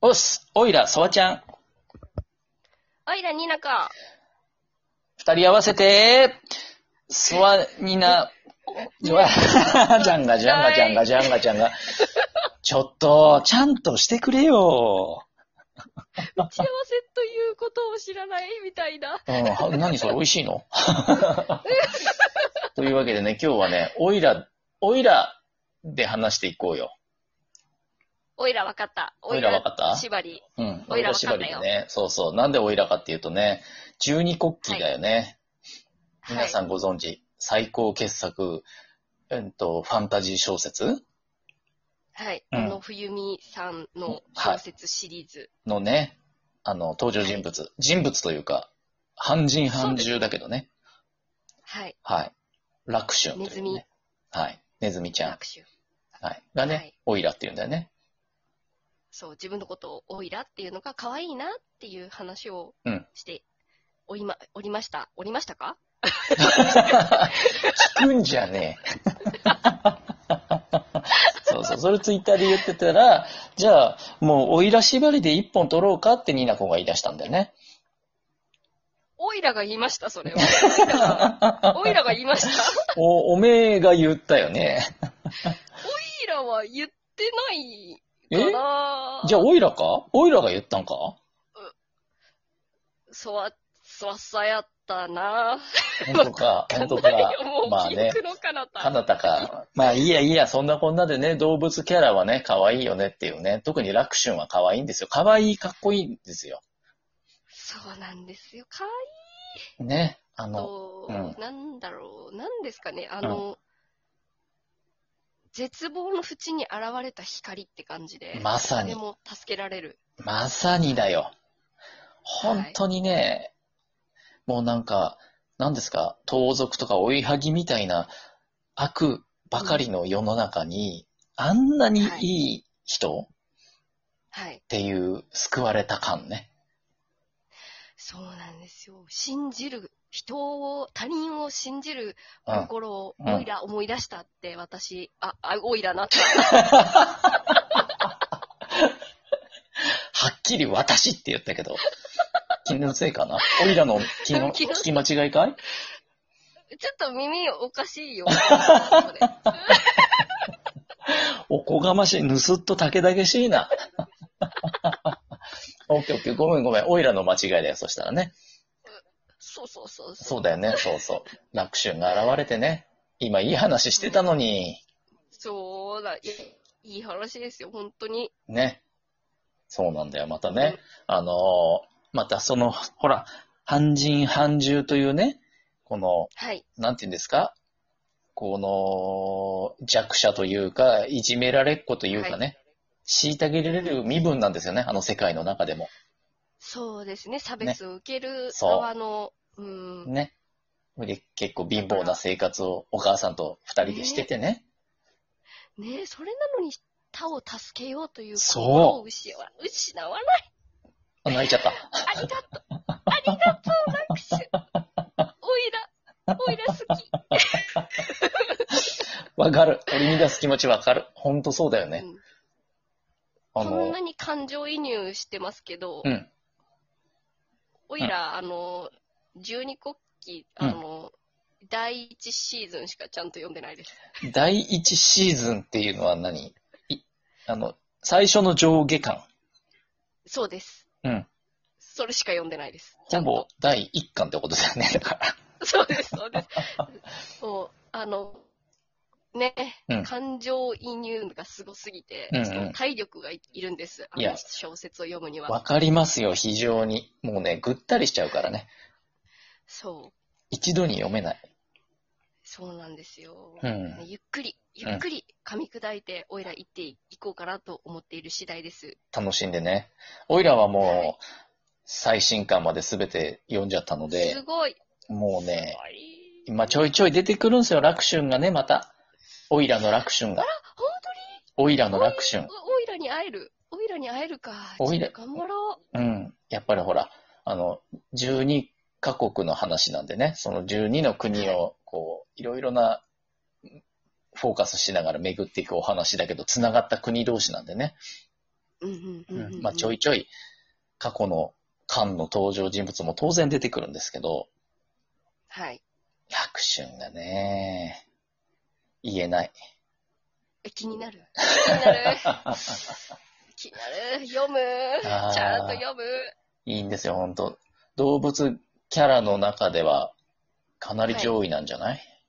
おっす、おいら、そわちゃん。おいら、になこ。二人合わせて、そわ、に な、じゃんがじゃんがじゃんがじゃんがじゃんが。ちょっと、ちゃんとしてくれよ。打ち合わせということを知らないみたいな。うんは、何それ、美味しい のというわけでね、今日はね、おいら、おいらで話していこうよ。おいらわかった。おいらわかった縛り。うん。おいらわかん縛ないよりでね。そうそう。なんでおいらかっていうとね、十二国旗だよね。皆さん。んご存知、最高傑作、えっと、ファンタジー小説はい。うんあの、冬美さんの小説シリーズ。のね、あの、登場人物。人物というか、半人半獣だけどね。はい。はい。楽春という、ね。ネズミ。はい。ネズミちゃん。握手。はい。がね、はいオイラっていうんだよね。そう、自分のことをおいらっていうのが可愛いなっていう話をうんしておりま、おりました。おりましたか聞くんじゃねえ。 そうそう、それツイッターで言ってたら、じゃあ、もう、おいら縛りで一本取ろうかってニーナ子が言い出したんだよね。おいらが言いました、それ は。おいらが言いました。お、おめえが言ったよね。おいらは言ってないえかなじゃあ、おいらかおいらが言ったんかそわ、そわっさやったな本当か、本当かいや。もう、まあね記、憶の彼方。かなたか。まあ、いいやいいや、そんなこんなでね、動物キャラはね、可愛いよねっていうね。特にラクシュンは可愛いんですよ。可愛い、かっこいいんですよ。そうなんですよ。かわいね。あいの、と、うんなんだろう、なんですかね、あの、絶望の淵に現れた光って感じで、まさにで。も助けられる。まさにだよ。本当にね、もうなんか、何ですか、盗賊とか追いはぎみたいな悪ばかりの世の中に、あんなにいい人っはい。ていう救われた感ね。そうなんですよ。信じる、人を、他人を信じるうん。心を、うんオイラ思い出したって、私、あ、あ、オイラ なった。はっきり私って言ったけど、 気のせいかな。おいらの 気の気聞のき間違いかいちょっと耳おかし いよ。それおこがましい、ぬすっとたけだけしいな。 オッケーオッケー、ごめんごめん。おいらの間違いだよ、そしたらね。そうそうそうそう。そうだよね、そうそう。楽春が現れてね。今いい話してたのに、そうだ、いいいい話ですよ、本当に。ね。そうなんだよ、またね。あのーまたその、ほら、半人半獣というね、この、はい。なんて言うんですかこの、弱者というか、いじめられっ子というかね、虐げられる身分なんですよね、あの世界の中でも。そうですね、差別を受けるそう側の、うん、ね。で結構貧乏な生活をお母さんと二人でしててね。ねそれなのに他を助けようというそう心を失わ失わない。あ泣いちゃった。ありがとう、ありがとう、ラクシュ。おいら、おいら好き。わかる。俺に出す気持ちわかる。ほんとそうだよね。うんあこんのな、に感情移入してますけど、うん。おいら、あの、十二国旗、あの、第一シーズンしかちゃんと読んでないです。第一シーズンっていうのは何いあの、最初の上下巻。そうです。うん。それしか読んでないです。ちゃほんとぼ第一巻ってことだよね。だから。 そうです、そう です。もう、あの、ね、うん感情移入がすごすぎて、うんうんちょっと体力がいいるんです。あいやの小説を読むには。わかりますよ、非常に。もうね、ぐったりしちゃうからね。そう、一度に読めない。そうなんですよ。うん。ゆっくり、ゆっくり噛み砕いて、おいら行っていこうかなと思っている次第です。楽しんでね。おいらははも、いう、最新巻まで全て読んじゃったのですごい。もうね、すごい今ちょいちょい出てくるんですよ、楽春がね、また。おいらの楽春が。本おいらの楽春。当におおいらに会える。おいらに会えるか。おいらちょっと頑張ろう。うん。やっぱりほら、あの、12カ国の話なんでね、その12の国を、こう、いろいろな、フォーカスしながら巡っていくお話だけど、繋がった国同士なんでね。うんうんううんん。まあ、ちょい。いちょい過去の間の登場人物も当然出てくるんですけど、はい。百春がね、言えない。え、気になる 気になる気になる読むあーちゃんと読むいいんですよ、本当動物キャラの中ではかなり上位なんじゃない、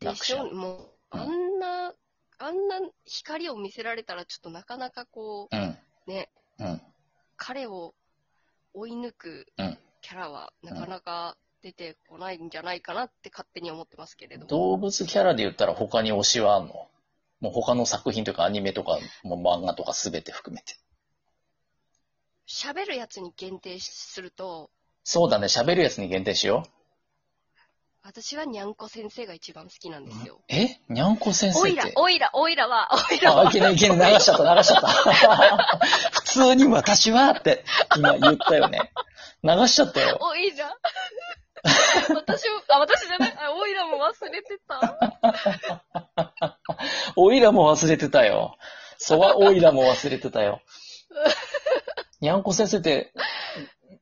でしょ楽勝もう、うんあんな、あんな光を見せられたら、ちょっとなかなかこう、うん。ね。うん。彼を追い抜くうんキャラは、なかなか出てこないんじゃないかなって勝手に思ってますけれども。動物キャラで言ったら他に推しはあんのもう他の作品とかアニメとかもう漫画とか全て含めて。喋るやつに限定すると、そうだね、喋るやつに限定しよ私はにゃんこ先生が一番好きなんですう。よ。えにゃんこ先オ生イっラて、。オイラ、オイラは、オイラあ、いは、けないいけない、流しちゃった、流しちゃった。 普通に私はって今言ったよね。流しちゃったよ。オイラ。 私も、あ、私じゃない、あオイラも忘れてた。オイラも忘れてたよ。ソワオイラも忘れてたよ。にゃんこ先生って、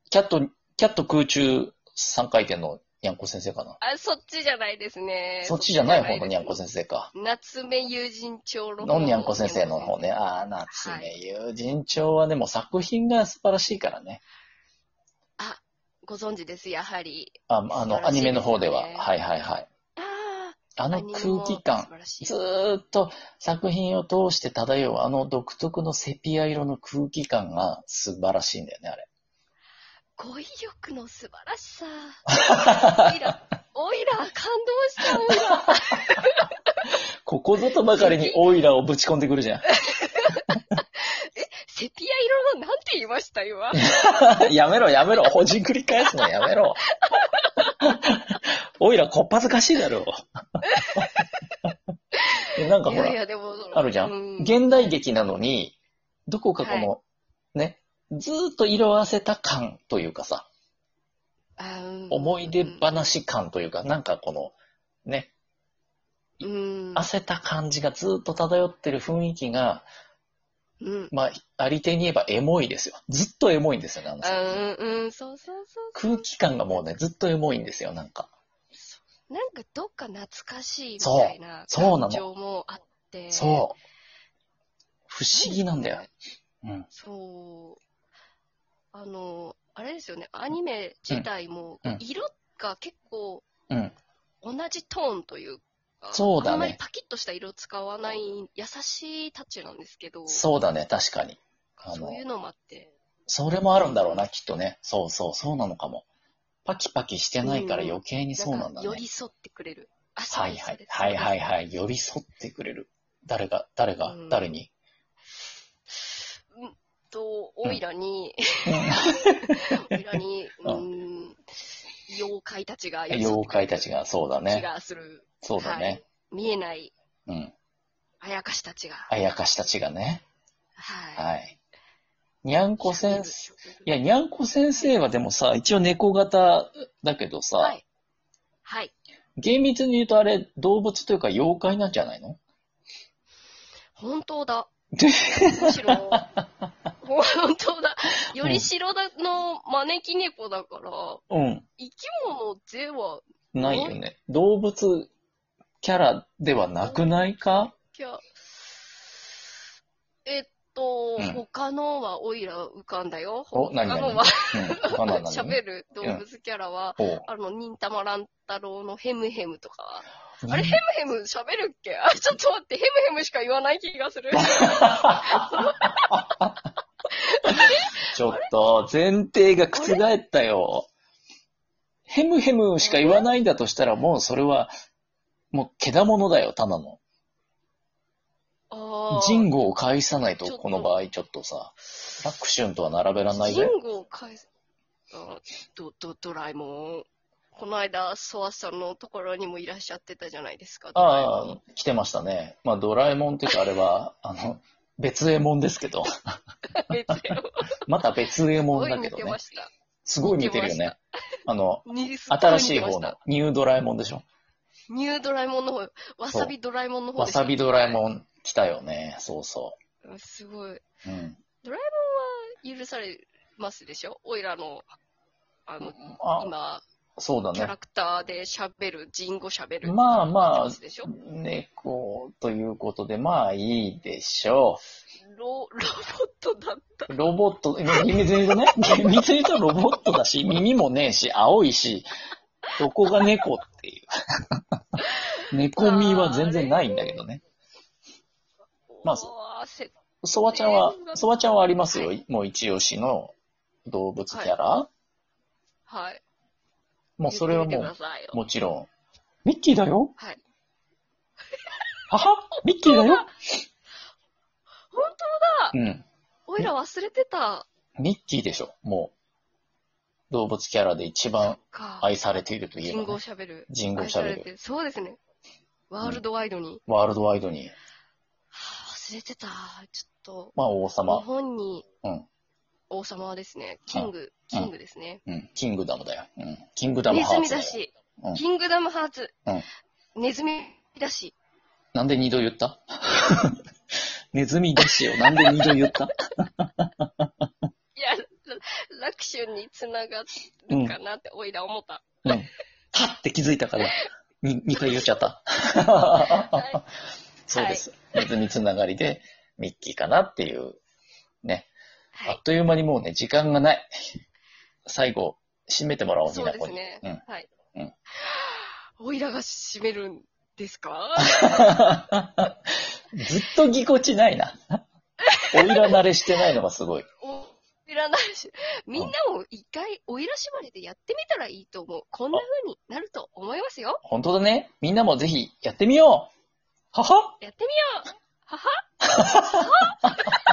キャット、キャット空中3回転のにゃんこ先生かな。あ、そっちじゃないですね。そっちじゃない方のですにゃんこ先生か。夏目友人帳の方のにゃんこ先生の方ね。。ああ、夏目友人帳はね、もう作品が素晴らしいからね。ご存知です、やはり。ああ素晴の、アらしいですねニメの方では。はいはいはい。あああの空気感。ずーっと作品を通して漂うあの独特のセピア色の空気感が素晴らしいんだよね、あれ。語彙力の素晴らし さ。オイラ、オイラ、感動した、オイ ラ。ここぞとばかりにオイラをぶち込んでくるじゃセピア色の、なんて言いました、今。ん。 やめろやめろ、ほじくり返すのやめろ。 オイラこっぱずかしいだろ。え なんかいほやいら、や、でも、あるじゃんう現代劇なのに、どこかこの、ね、ずーっと色あせた感というかさ、あうん思い出話感というか、なんかこの、ね、うん。汗た感じがずっと漂ってる雰囲気が、うん。まあ、ありていに言えばエモいですよ。ずっとエモいんですよね、あのあ作品うん、うん、そうそうそう空気感がもうね、ずっとエモいんですよ、なんか。そう。なんかどっか懐かしいみたいなそうそうなの感情もあって。そう。不思議なんだよ。うん。そう。あの、あれですよね、アニメ自体もうんうん、色が結構うん。同じトーンというか、そうだねあんまりパキッとした色使わない優しいタッチなんですけど、そうだね、確かに。あのそういうのもあって、それもあるんだろうな、きっとね。そうそう、そうなのかも。パキパキしてないから余計にそうななんんだかね。寄り添ってくれる。あそうはいですはそういで。すはいはいはい。寄り添ってくれる。誰が、誰がうん、誰に。と、オイラに、 オイラに、ううんーん、妖怪た ちが寄り添っ妖てくれ怪るたちが、そうだ気ね。がする。そうだはいね。見えないうん。あやかしたちが。あやかしたちがね。はい。はい。にゃんこ先生、生。いや、にゃんこ先生はでもさ、一応猫型だけどさ、はい。はい。厳密に言うとあれ、動物というか妖怪なんじゃないの本当 だ。むしろ、本当だ。より白だの招き猫だから、うん。生き物では、ないよね。動物キャラではなくないかきゃ、えっと、うん他のはオイラ浮かんだよ。お、他何々のうんは、。他のは何々 喋る動物キャラは、おうあの、忍たま乱太郎のヘムヘムとかは、あれうんヘムヘム喋るっけ あ、ちょっと待って、ヘムヘムしか言わない気が する。ちょっと、前提が覆ったよ。ヘムヘムしか言わないんだとしたら、もうそれは、もう、けだものだよ、ただの。あージンゴを返さないとちょっ、とこの場合ちょっとさ、ラクシュンとは並べらんないジぜ。ンゴを返す。あドドドラえもん。この間、ソワさんのところにもいらっしゃってたじゃないですか。ドラえもんああ、来てましたね。まあ、ドラえもんっていうかあれは、 あの、別エモンですけど、 別よ。また別エすモごンいだ見けどてねま。した。すごい似てるよね。あの、にすっご新しい見てま方たの、ニュードラえもんでしょ。ニュードラえもんの方、わさびドラえもんの方わでしたさびドラえもん来たよね。そうそう。ううんすごい。うん。許されますでしょオイラの、あの、あ、今、そうだキャねラ。クターで喋る、人語喋る。まあまあやつでしょ猫ということで、まあいいでしょロ、 ロボットだった。う。ロボット、厳密に言うとね、厳密に言うとロボットだし、耳もねえし、青いし、どこが猫っていう。猫みは全然ないんだけどね。まあそうわーせソワちゃんはえー、ソワちゃんはありますよは。もう一押しの動物キャラ。はい。もうそれは言もっうてみてくださいよ、もちろん。ミッキーだよはい。母ミッキーだよ本うん。当、オイラ忘れてた。ミッキーでしょ、もう。動物キャラで一番か。愛されているといえば人ね、語喋る。人語愛さ喋れる。て。そうですね。ワールドワイドに。ワールドワイドに。はあ忘れてた。ちょっまあ、王と、日様。本にうん。王様ですね。キング、キングですね。うん。キングダムだよ。うん。キングダムネハズーミツだだよ。し、うんキングダムハーツ、うんネズミだし、なんで二度言った ネズミだしよ。なんで二度言 ったいや、ララクシュにつながるかなって、おいら思った。うん。はって気づいたから、に、二回言っちゃった。そうです。ネズミつながりで、ミッキーかなっていう。ね。はあいっ。という間にもうね、時間がない。最後、締めてもらおう、みそなうでこすに。ね。うんはい。うんおいらが締めるんで すかずっとぎこちない な。おいら慣れしてないのがすごい。おいらないし、みんなも一回、おいら縛りでやってみたらいいと思う。こんな風になると思いますよ。本当だね。みんなもぜひやってみようははやってみよう。はは